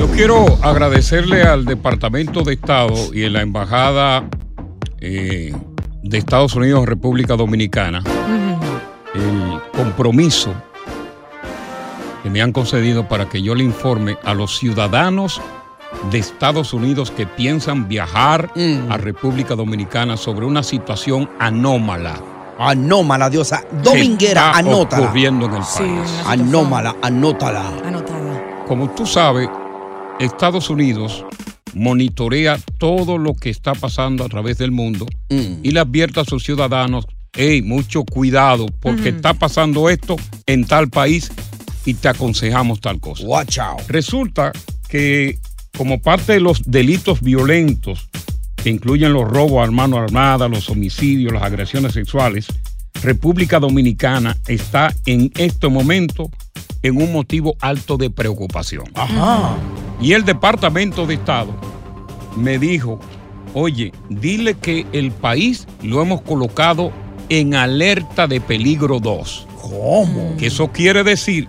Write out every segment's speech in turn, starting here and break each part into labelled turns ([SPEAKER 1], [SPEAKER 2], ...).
[SPEAKER 1] Yo quiero agradecerle al Departamento de Estado y a la Embajada eh, de Estados Unidos en República Dominicana el compromiso que me han concedido para que yo le informe a los ciudadanos de Estados Unidos que piensan viajar
[SPEAKER 2] Mm.
[SPEAKER 1] a República Dominicana sobre una situación anómala.
[SPEAKER 2] Anómala, diosa. Dominguera,
[SPEAKER 1] que está
[SPEAKER 2] anótala.
[SPEAKER 1] ocurriendo en el
[SPEAKER 3] Sí,
[SPEAKER 1] país.
[SPEAKER 3] una
[SPEAKER 2] Anómala, anótala.
[SPEAKER 3] Anotada.
[SPEAKER 1] Como tú sabes, Estados Unidos monitorea todo lo que está pasando a través del mundo
[SPEAKER 2] Mm.
[SPEAKER 1] y le advierte a sus ciudadanos, hey, mucho cuidado porque está pasando esto en tal país y te aconsejamos tal cosa.
[SPEAKER 2] Watch out.
[SPEAKER 1] Resulta que como parte de los delitos violentos, que incluyen los robos a mano armada, los homicidios, las agresiones sexuales, República Dominicana está en este momento en un motivo alto de preocupación. Y el Departamento de Estado me dijo, oye, dile que el país lo hemos colocado en alerta de peligro 2.
[SPEAKER 2] ¿Cómo?
[SPEAKER 1] Que eso quiere decir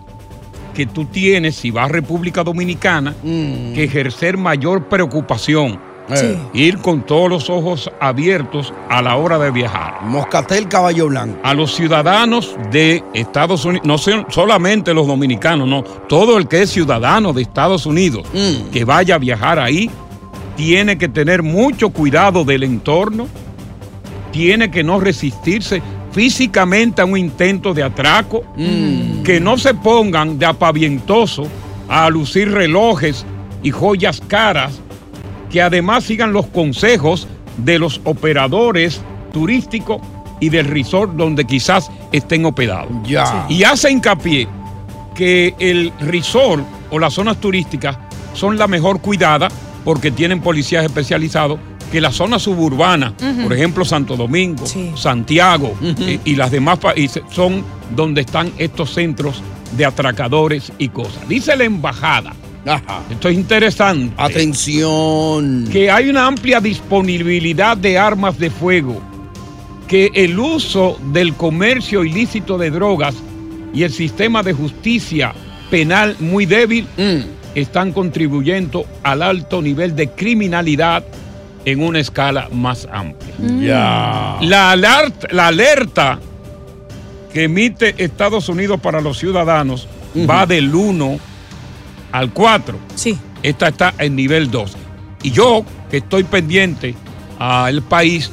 [SPEAKER 1] que tú tienes, si vas a República Dominicana,
[SPEAKER 2] Mm.
[SPEAKER 1] que ejercer mayor preocupación.
[SPEAKER 2] Eh,
[SPEAKER 1] Ir con todos los ojos abiertos a la hora de viajar.
[SPEAKER 2] Moscatel Caballo Blanco.
[SPEAKER 1] A los ciudadanos de Estados Unidos, no son solamente los dominicanos, no, todo el que es ciudadano de Estados Unidos
[SPEAKER 2] Mm.
[SPEAKER 1] que vaya a viajar ahí, tiene que tener mucho cuidado del entorno, tiene que no resistirse físicamente a un intento de atraco, que no se pongan de apavientoso a lucir relojes y joyas caras, que además sigan los consejos de los operadores turísticos y del resort donde quizás estén hospedados.
[SPEAKER 2] Ya.
[SPEAKER 1] Y hace hincapié que el resort o las zonas turísticas son la mejor cuidada porque tienen policías especializados que las zonas suburbanas, por ejemplo Santo Domingo,
[SPEAKER 3] Sí.
[SPEAKER 1] Santiago eh, y las demás países son donde están estos centros de atracadores y cosas. Dice la embajada,
[SPEAKER 2] Ajá.
[SPEAKER 1] esto es interesante,
[SPEAKER 2] Atención.
[SPEAKER 1] que hay una amplia disponibilidad de armas de fuego, que el uso del comercio ilícito de drogas y el sistema de justicia penal muy débil
[SPEAKER 2] Mm.
[SPEAKER 1] están contribuyendo al alto nivel de criminalidad en una escala más amplia.
[SPEAKER 2] Ya.
[SPEAKER 1] La alerta, la alerta que emite Estados Unidos para los ciudadanos va del 1 al 4.
[SPEAKER 3] Sí.
[SPEAKER 1] Esta está en nivel 2. Y yo, que estoy pendiente al país,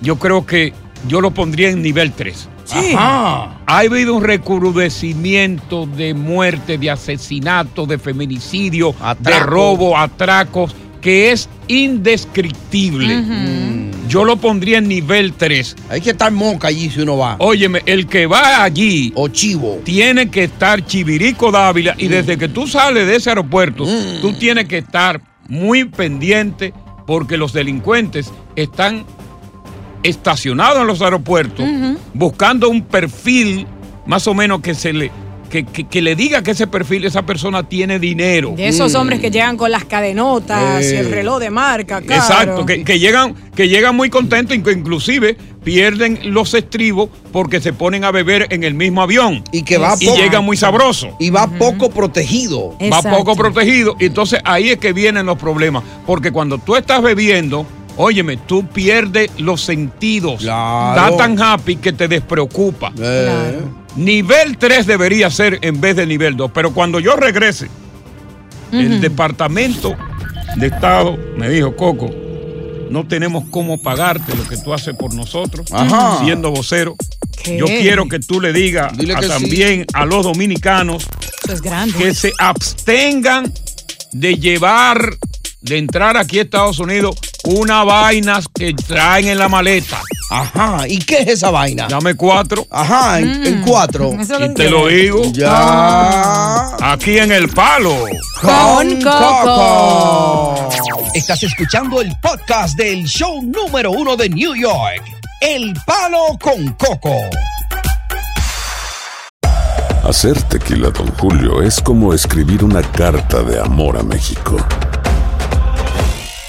[SPEAKER 1] yo creo que yo lo pondría en nivel 3.
[SPEAKER 3] Sí.
[SPEAKER 4] Ah.
[SPEAKER 1] Ajá. Ha habido un recrudecimiento de muerte, de asesinato, de feminicidio, de robo, atracos, que es indescriptible. Mm. Yo lo pondría en nivel 3.
[SPEAKER 4] Hay que estar monca allí si uno va.
[SPEAKER 1] Óyeme, el que va allí.
[SPEAKER 4] O chivo.
[SPEAKER 1] Tiene que estar Chivirico Dávila. Y desde que tú sales de ese aeropuerto, tú tienes que estar muy pendiente porque los delincuentes están estacionados en los aeropuertos buscando un perfil más o menos que se le que, que- que le diga que ese perfil esa persona tiene dinero.
[SPEAKER 3] De esos
[SPEAKER 1] Mm.
[SPEAKER 3] hombres que llegan con las cadenotas y el
[SPEAKER 1] Eh.
[SPEAKER 3] reloj de marca. Claro.
[SPEAKER 1] Exacto, que, que llegan, que llegan muy contentos, inc- inclusive pierden los estribos porque se ponen a beber en el mismo avión. Y
[SPEAKER 4] que va poco-
[SPEAKER 1] llega muy sabroso.
[SPEAKER 4] Y va poco protegido.
[SPEAKER 1] Va poco protegido. y Entonces ahí es que vienen los problemas. Porque cuando tú estás bebiendo, óyeme, tú pierdes los sentidos. Da tan happy que te despreocupa. Nivel 3 debería ser en vez de nivel 2. Pero cuando yo regrese, el departamento de Estado me dijo, Coco, no tenemos cómo pagarte lo que tú haces por nosotros,
[SPEAKER 4] Ajá.
[SPEAKER 1] siendo vocero.
[SPEAKER 3] ¿Qué?
[SPEAKER 1] Yo quiero que tú le digas
[SPEAKER 4] Dile
[SPEAKER 1] a-
[SPEAKER 4] que sí.
[SPEAKER 1] también a los dominicanos
[SPEAKER 3] Eso es grande.
[SPEAKER 1] que se abstengan de llevar, de entrar aquí a Estados Unidos, una vaina que traen en la maleta.
[SPEAKER 4] Ajá, ¿y qué es esa vaina?
[SPEAKER 1] Dame cuatro.
[SPEAKER 4] Ajá, en, en cuatro.
[SPEAKER 1] Y te lo digo. Ah.
[SPEAKER 4] Ya.
[SPEAKER 1] Aquí en el palo.
[SPEAKER 4] Con
[SPEAKER 2] Coco. Estás escuchando el podcast del show número uno de New York. El palo con coco.
[SPEAKER 5] Hacer tequila, Don Julio, es como escribir una carta de amor a México.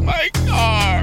[SPEAKER 6] My car.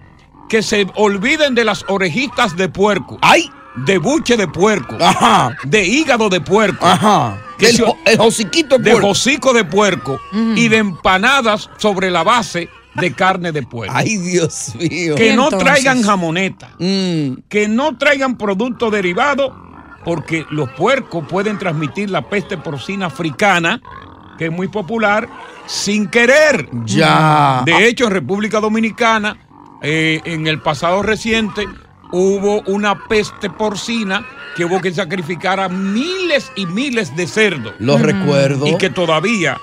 [SPEAKER 1] Que se olviden de las orejitas de puerco. ¡Ay! De buche de puerco. Ajá. De hígado de puerco. Ajá.
[SPEAKER 4] Del jo- el
[SPEAKER 1] hociquito de
[SPEAKER 4] puerco.
[SPEAKER 1] hocico de puerco. Y de empanadas sobre la base de carne de puerco.
[SPEAKER 4] Ay, Dios mío. mm.
[SPEAKER 1] Que no traigan jamoneta. Que no traigan producto derivado porque los puercos pueden transmitir la peste porcina africana, que es muy popular, sin querer.
[SPEAKER 4] Ya. Ah.
[SPEAKER 1] De hecho, en República Dominicana, eh, en el pasado reciente, hubo una peste porcina que hubo que sacrificar a miles y miles de cerdos.
[SPEAKER 4] Lo Ujú. recuerdo.
[SPEAKER 1] Y que todavía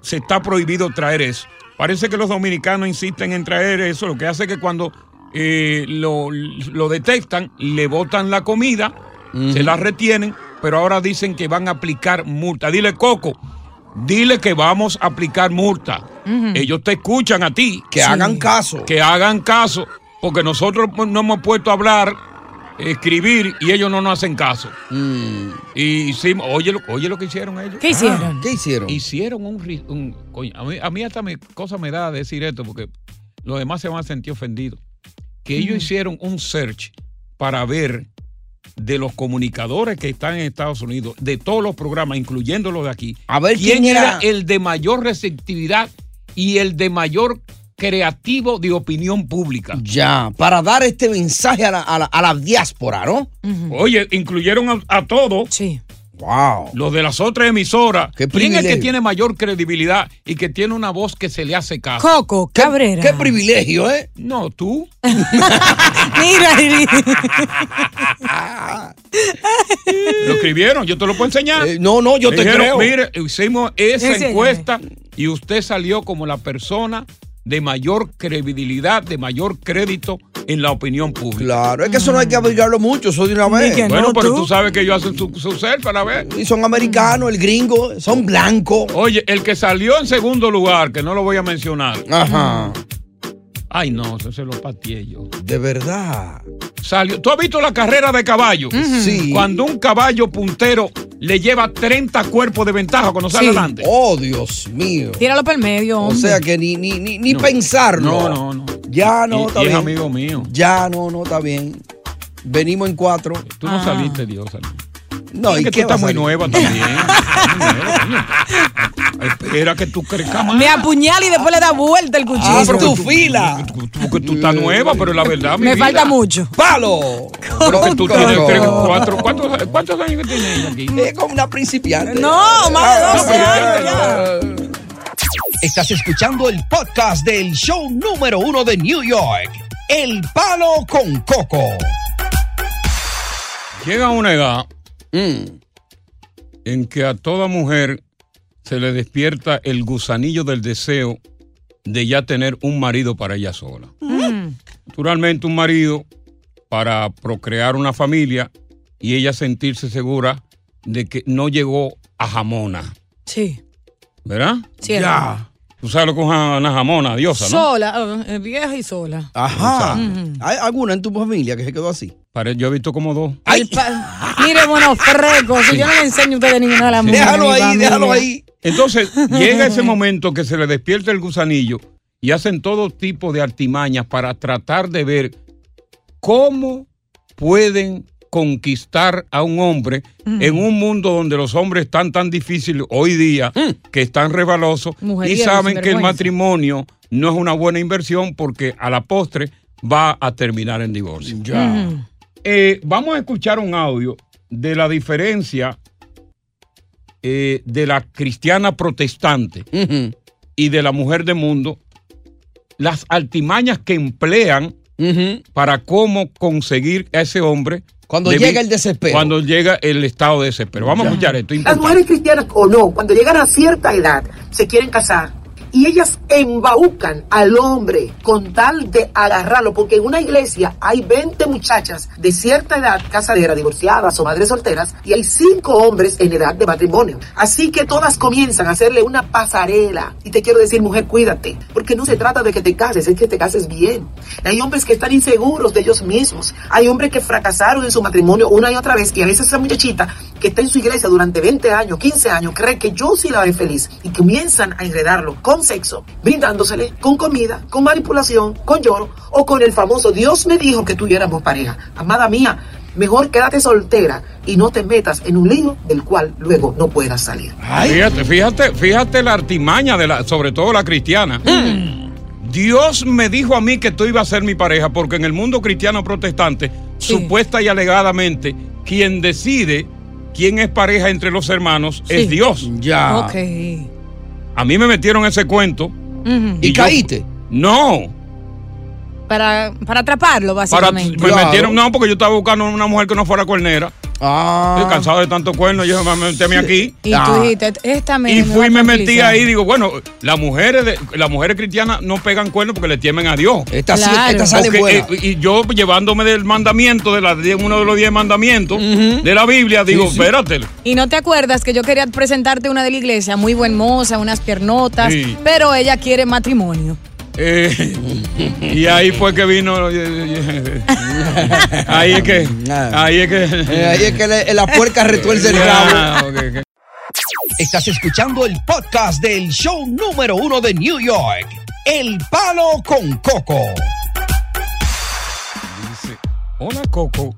[SPEAKER 1] se está prohibido traer eso. Parece que los dominicanos insisten en traer eso, lo que hace que cuando eh, lo, lo detectan, le botan la comida, se la retienen, pero ahora dicen que van a aplicar multa. Dile, Coco, dile que vamos a aplicar multa.
[SPEAKER 4] Ujú.
[SPEAKER 1] Ellos te escuchan a ti.
[SPEAKER 4] Que Sí. hagan
[SPEAKER 1] caso. Que hagan caso, porque nosotros no hemos puesto a hablar, escribir, y ellos no nos hacen caso. Y sí, oye, lo- oye lo que hicieron ellos.
[SPEAKER 4] ¿Qué hicieron?
[SPEAKER 1] ¿Qué hicieron? Hicieron un... ri- un- coño, a, mí, a mí hasta me, cosa me da decir esto porque los demás se van a sentir ofendidos. Que ellos
[SPEAKER 4] Mm.
[SPEAKER 1] hicieron un search para ver de los comunicadores que están en Estados Unidos, de todos los programas, incluyendo los de aquí, a ver
[SPEAKER 4] quién era-
[SPEAKER 1] el de mayor receptividad y el de mayor creativo de opinión pública.
[SPEAKER 4] Ya, para dar este mensaje a la, a la- a la diáspora, ¿no?
[SPEAKER 1] Oye, incluyeron a, a
[SPEAKER 4] Oh.
[SPEAKER 1] todos.
[SPEAKER 3] Sí.
[SPEAKER 1] Wow. Los de las otras emisoras. ¿Quién es el que
[SPEAKER 4] privilegio.
[SPEAKER 1] tiene mayor credibilidad y que tiene una voz que se le hace caso?
[SPEAKER 3] Coco Cabrera.
[SPEAKER 4] Qué privilegio, ¿eh?
[SPEAKER 1] No, tú. Lo escribieron, yo te lo puedo enseñar.
[SPEAKER 4] no, no, Eh, yo
[SPEAKER 1] Le
[SPEAKER 4] te creo.
[SPEAKER 1] Mire, hicimos esa
[SPEAKER 4] Enséñame.
[SPEAKER 1] encuesta y usted salió como la persona de mayor credibilidad, de mayor crédito en la opinión pública.
[SPEAKER 4] Claro, es que eso no hay que averiguarlo mucho, eso de una vez.
[SPEAKER 1] bueno, pero tú. sabes que ellos hacen su, su ser para ver.
[SPEAKER 4] Y son americanos, el gringo, son blancos.
[SPEAKER 1] Oye, el que salió en segundo lugar, que no lo voy a mencionar.
[SPEAKER 4] Ah. Ajá.
[SPEAKER 1] Ay, no, eso se lo pateé yo.
[SPEAKER 4] De verdad.
[SPEAKER 1] Salió. ¿Tú has visto la carrera de caballo?
[SPEAKER 4] Sí.
[SPEAKER 1] Cuando un caballo puntero le lleva 30 cuerpos de ventaja cuando sale
[SPEAKER 4] Sí.
[SPEAKER 1] adelante.
[SPEAKER 4] Oh, Dios mío.
[SPEAKER 3] Tíralo para el medio,
[SPEAKER 4] O
[SPEAKER 3] hombre.
[SPEAKER 4] sea que ni, ni, ni, ni pensarlo.
[SPEAKER 1] No, no, no.
[SPEAKER 4] Ya no,
[SPEAKER 1] Y-
[SPEAKER 4] está
[SPEAKER 1] y es
[SPEAKER 4] bien.
[SPEAKER 1] amigo mío.
[SPEAKER 4] Ya no, no, está bien. Venimos en cuatro.
[SPEAKER 1] Tú
[SPEAKER 3] Ah.
[SPEAKER 1] no saliste, Dios.
[SPEAKER 4] No,
[SPEAKER 1] Es
[SPEAKER 4] ¿y
[SPEAKER 1] que
[SPEAKER 4] qué
[SPEAKER 1] tú estás
[SPEAKER 4] vas a
[SPEAKER 1] muy
[SPEAKER 4] salir?
[SPEAKER 1] nueva también. Espera que tú crezcas más.
[SPEAKER 3] Me apuñala y después le da vuelta el
[SPEAKER 4] Ah,
[SPEAKER 3] cuchillo.
[SPEAKER 1] fila. Porque tú estás nueva, pero la verdad, Ah, mi
[SPEAKER 3] Me
[SPEAKER 1] vida,
[SPEAKER 3] falta mucho.
[SPEAKER 4] ¡Palo!
[SPEAKER 1] Porque tú
[SPEAKER 4] Coco.
[SPEAKER 1] tienes tres, cuatro. ¿Cuántos, cuántos años que tienes ella aquí?
[SPEAKER 4] Es como una principiante.
[SPEAKER 3] No, más de
[SPEAKER 4] Ah,
[SPEAKER 3] 12 años
[SPEAKER 2] Estás escuchando el podcast del show número uno de New York, El Palo con Coco.
[SPEAKER 1] Llega una edad en que a toda mujer se le despierta el gusanillo del deseo de ya tener un marido para ella sola. Naturalmente, un marido para procrear una familia y ella sentirse segura de que no llegó a jamona,
[SPEAKER 3] Sí.
[SPEAKER 1] ¿verdad?
[SPEAKER 3] Cierto. Ya.
[SPEAKER 1] Tú sabes lo que es una una jamona diosa, ¿no?
[SPEAKER 3] Sola, eh, vieja y sola.
[SPEAKER 4] Ajá.
[SPEAKER 3] Ujú.
[SPEAKER 4] ¿Hay alguna en tu familia que se quedó así?
[SPEAKER 1] Pare- Yo he visto como dos.
[SPEAKER 3] El pa- Mire, buenos frecos, si yo no le enseño a ustedes ninguna de las mujeres.
[SPEAKER 1] Déjalo
[SPEAKER 3] de mi
[SPEAKER 1] ahí,
[SPEAKER 3] familia.
[SPEAKER 1] déjalo ahí. Entonces, llega ese momento que se le despierta el gusanillo y hacen todo tipo de artimañas para tratar de ver cómo pueden conquistar a un hombre
[SPEAKER 3] Mm.
[SPEAKER 4] Ujú.
[SPEAKER 1] en un mundo donde los hombres están tan difíciles hoy día,
[SPEAKER 3] Mm.
[SPEAKER 1] que están rebalosos y
[SPEAKER 4] Mujeriego,
[SPEAKER 1] saben que el
[SPEAKER 4] sinvergüenza.
[SPEAKER 1] matrimonio no es una buena inversión porque a la postre va a terminar en divorcio. Eh, vamos a escuchar un audio de la diferencia eh, de la cristiana protestante y de la mujer de mundo, las artimañas que emplean para cómo conseguir a ese hombre.
[SPEAKER 4] Cuando
[SPEAKER 1] debi-
[SPEAKER 4] llega el desespero.
[SPEAKER 1] Cuando llega el estado de desespero. Vamos a escuchar esto.
[SPEAKER 7] Las
[SPEAKER 1] importante.
[SPEAKER 7] mujeres cristianas o no, cuando llegan a cierta edad, se quieren casar y ellas embaucan al hombre con tal de agarrarlo, porque en una iglesia hay 20 muchachas de cierta edad, casaderas, divorciadas o madres solteras, y hay 5 hombres en edad de matrimonio. Así que todas comienzan a hacerle una pasarela. Y te quiero decir, mujer, cuídate, porque no se trata de que te cases, es que te cases bien. Hay hombres que están inseguros de ellos mismos, hay hombres que fracasaron en su matrimonio una y otra vez, y a veces esa muchachita que está en su iglesia durante 20 años, 15 años, cree que yo sí la haré feliz, y comienzan a enredarlo con sexo, brindándosele con comida, con manipulación, con lloro o con el famoso Dios me dijo que tuviéramos pareja. Amada mía, mejor quédate soltera y no te metas en un lío del cual luego no puedas salir.
[SPEAKER 1] Fíjate, fíjate, fíjate la artimaña de la, sobre todo la cristiana.
[SPEAKER 3] Mm.
[SPEAKER 1] Dios me dijo a mí que tú ibas a ser mi pareja, porque en el mundo cristiano protestante, supuesta y alegadamente, quien decide quién es pareja entre los hermanos es Dios.
[SPEAKER 4] Ya.
[SPEAKER 3] Ok.
[SPEAKER 1] A mí me metieron ese cuento.
[SPEAKER 3] Ujú.
[SPEAKER 1] yo- no.
[SPEAKER 3] Para, para atraparlo,
[SPEAKER 1] Para,
[SPEAKER 3] básicamente.
[SPEAKER 1] me metieron, no, porque yo estaba buscando una mujer que no fuera cuernera. Estoy cansado de tanto cuerno, yo me metí a mí aquí.
[SPEAKER 3] Y
[SPEAKER 1] Ah.
[SPEAKER 3] tú dijiste, esta me
[SPEAKER 1] Y
[SPEAKER 3] me
[SPEAKER 1] fui
[SPEAKER 3] va
[SPEAKER 1] y
[SPEAKER 3] a
[SPEAKER 1] me metí
[SPEAKER 3] tranquilizar.
[SPEAKER 1] ahí digo, bueno, las mujeres de- las mujeres cristianas no pegan cuernos porque le temen a Dios.
[SPEAKER 4] Esta sí- Claro. esta sale
[SPEAKER 1] Porque,
[SPEAKER 4] buena.
[SPEAKER 1] eh, y yo llevándome del mandamiento, de la, de uno de los diez mandamientos de la Biblia, digo,
[SPEAKER 4] sí.
[SPEAKER 1] espérate.
[SPEAKER 3] Y no te acuerdas que yo quería presentarte una de la iglesia, muy buen moza, unas piernotas,
[SPEAKER 1] Sí.
[SPEAKER 3] pero ella quiere matrimonio.
[SPEAKER 1] eh, y ahí fue que vino. eh, eh, eh, ahí es que. Ahí es que.
[SPEAKER 4] Eh, ahí es que le- la puerca retuerce el
[SPEAKER 1] Ah,
[SPEAKER 4] rabo.
[SPEAKER 1] ok, ok.
[SPEAKER 2] Estás escuchando el podcast del show número uno de New York, El Palo con Coco.
[SPEAKER 1] Dice, hola Coco.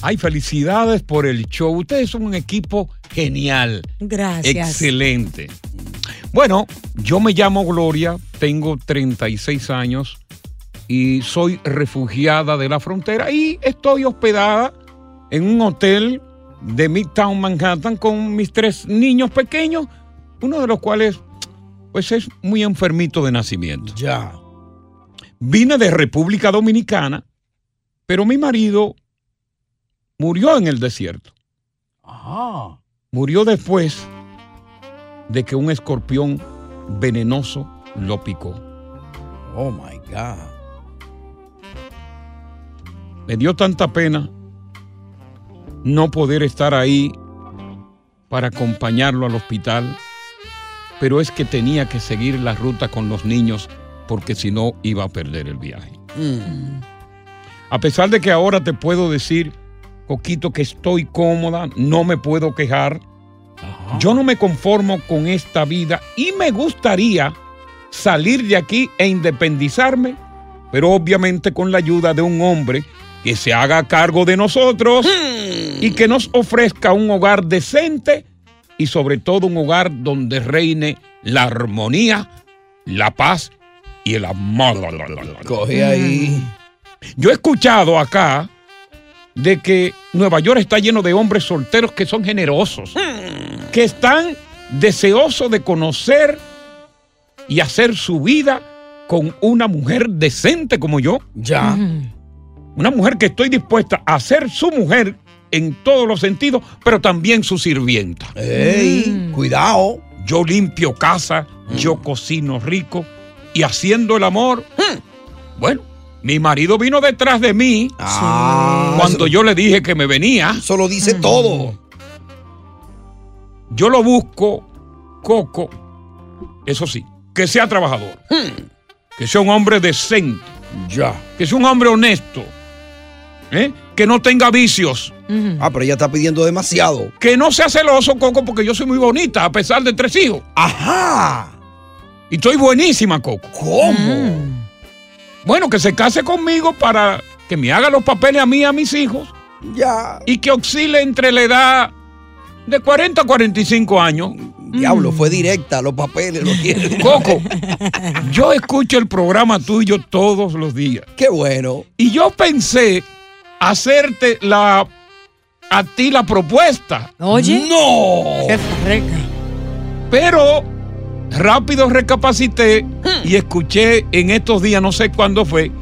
[SPEAKER 1] Ay, felicidades por el show. Ustedes son un equipo genial.
[SPEAKER 3] Gracias.
[SPEAKER 1] Excelente. Bueno, yo me llamo Gloria, tengo 36 años y soy refugiada de la frontera y estoy hospedada en un hotel de Midtown Manhattan con mis tres niños pequeños, uno de los cuales pues es muy enfermito de nacimiento.
[SPEAKER 4] Ya.
[SPEAKER 1] Vine de República Dominicana, pero mi marido murió en el desierto. Murió después de que un escorpión venenoso lo picó.
[SPEAKER 4] Oh my God.
[SPEAKER 1] Me dio tanta pena no poder estar ahí para acompañarlo al hospital, pero es que tenía que seguir la ruta con los niños porque si no iba a perder el viaje.
[SPEAKER 4] Mm.
[SPEAKER 1] A pesar de que ahora te puedo decir, Coquito, que estoy cómoda, no me puedo quejar, yo no me conformo con esta vida y me gustaría salir de aquí e independizarme, pero obviamente con la ayuda de un hombre que se haga cargo de nosotros y que nos ofrezca un hogar decente y sobre todo un hogar donde reine la armonía, la paz y el amor. Hmm.
[SPEAKER 4] Coge ahí.
[SPEAKER 1] Yo he escuchado acá de que Nueva York está lleno de hombres solteros que son generosos, que están deseosos de conocer y hacer su vida con una mujer decente como yo.
[SPEAKER 4] Ya.
[SPEAKER 1] Una mujer que estoy dispuesta a ser su mujer en todos los sentidos, pero también su sirvienta.
[SPEAKER 4] Ey,
[SPEAKER 1] Cuidado. Yo limpio casa, yo cocino rico y haciendo el amor. hmm, Bueno, mi marido vino detrás de mí Ah. cuando yo le dije que me venía. Eso lo dice todo. Yo lo busco, Coco, eso sí, que sea trabajador, que sea un hombre decente, Hmm. ya. que sea un hombre honesto, ¿eh? que no tenga vicios.
[SPEAKER 4] Ah, pero ella está pidiendo demasiado.
[SPEAKER 1] Que no sea celoso, Coco, porque yo soy muy bonita, a pesar de tres hijos. Ajá. Y estoy buenísima, Coco. ¿Cómo? Bueno, que se case conmigo para que me haga los papeles a mí y a mis hijos. Ya. Y que oscile entre la edad de 40 a 45 años.
[SPEAKER 4] Diablo,
[SPEAKER 2] Mm.
[SPEAKER 4] fue directa, los papeles los tiene.
[SPEAKER 1] Coco, yo escucho el programa tuyo todos los días. Qué bueno. Y yo pensé hacerte la a ti la propuesta.
[SPEAKER 3] Oye.
[SPEAKER 1] No.
[SPEAKER 3] Qué
[SPEAKER 1] Pero rápido recapacité y escuché en estos días, no sé cuándo fue,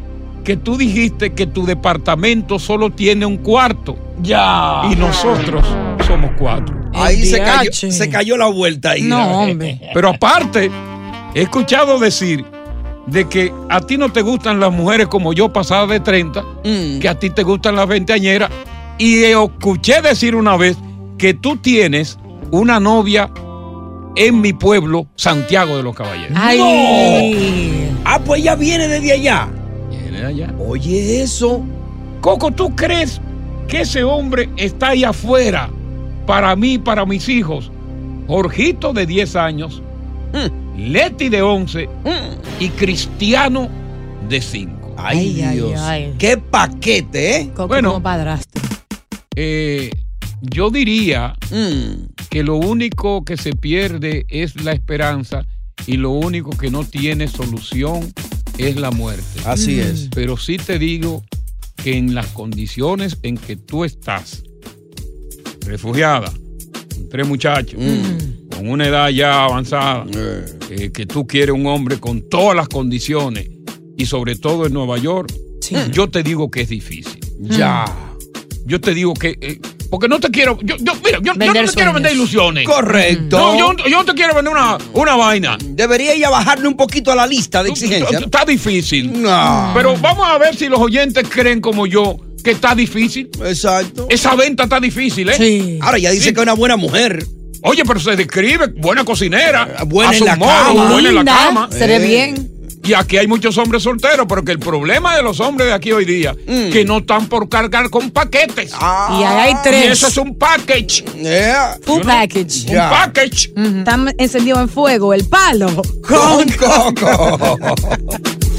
[SPEAKER 1] que tú dijiste que tu departamento solo tiene un cuarto. Ya. Y nosotros somos cuatro.
[SPEAKER 4] Ahí se cayó, se cayó la vuelta ahí.
[SPEAKER 1] Pero aparte, He escuchado decir de que a ti no te gustan las mujeres como yo pasada de 30,
[SPEAKER 3] Hmm.
[SPEAKER 1] que a ti te gustan las veinteañeras. Y escuché decir una vez que tú tienes una novia en mi pueblo, Santiago de los Caballeros.
[SPEAKER 4] ¡Ay! Ah, pues ella viene desde allá.
[SPEAKER 1] Viene de allá.
[SPEAKER 4] Oye, eso.
[SPEAKER 1] Coco, ¿tú crees que ese hombre está ahí afuera para mí, para mis hijos? Jorgito de 10 años,
[SPEAKER 4] Mm.
[SPEAKER 1] Leti de 11 y Cristiano de 5.
[SPEAKER 4] Ay, Dios. Qué paquete, ¿eh?
[SPEAKER 3] Coco
[SPEAKER 1] Bueno.
[SPEAKER 3] como padrastro.
[SPEAKER 1] Eh, yo diría
[SPEAKER 4] Mm.
[SPEAKER 1] que lo único que se pierde es la esperanza y lo único que no tiene solución es la muerte.
[SPEAKER 4] Así es.
[SPEAKER 1] Pero sí te digo que en las condiciones en que tú estás, refugiada, con tres muchachos,
[SPEAKER 4] Mm.
[SPEAKER 1] con una edad ya avanzada, eh, que tú quieres un hombre con todas las condiciones y sobre todo en Nueva York, yo te digo que es difícil.
[SPEAKER 4] Mm. Ya.
[SPEAKER 1] Yo te digo que... eh, porque no te quiero, yo, yo- mira, yo, yo no te quiero vender ilusiones.
[SPEAKER 4] Correcto.
[SPEAKER 1] No, yo, yo no te quiero vender una, una vaina.
[SPEAKER 4] Debería ella bajarle un poquito a la lista de exigencias.
[SPEAKER 1] Está difícil.
[SPEAKER 4] No.
[SPEAKER 1] Pero vamos a ver si los oyentes creen como yo que está difícil.
[SPEAKER 4] Exacto.
[SPEAKER 1] Esa venta está difícil, ¿eh?
[SPEAKER 4] Sí. Ahora ya dice que es una buena mujer.
[SPEAKER 1] Oye, pero se describe buena cocinera,
[SPEAKER 4] buena
[SPEAKER 1] a
[SPEAKER 4] en
[SPEAKER 1] su
[SPEAKER 4] la
[SPEAKER 1] modo,
[SPEAKER 4] cama.
[SPEAKER 1] buena en la
[SPEAKER 4] Linda,
[SPEAKER 1] cama.
[SPEAKER 4] se ve Eh. bien.
[SPEAKER 1] Y aquí hay muchos hombres solteros, porque el problema de los hombres de aquí hoy día
[SPEAKER 4] Mm.
[SPEAKER 1] que no están por cargar con paquetes.
[SPEAKER 3] Y ahí Ah, hay tres.
[SPEAKER 1] Ah. Y eso es un package.
[SPEAKER 4] eh,
[SPEAKER 3] Full package.
[SPEAKER 1] Un package.
[SPEAKER 3] Está encendido en fuego el palo.
[SPEAKER 4] Con Coco.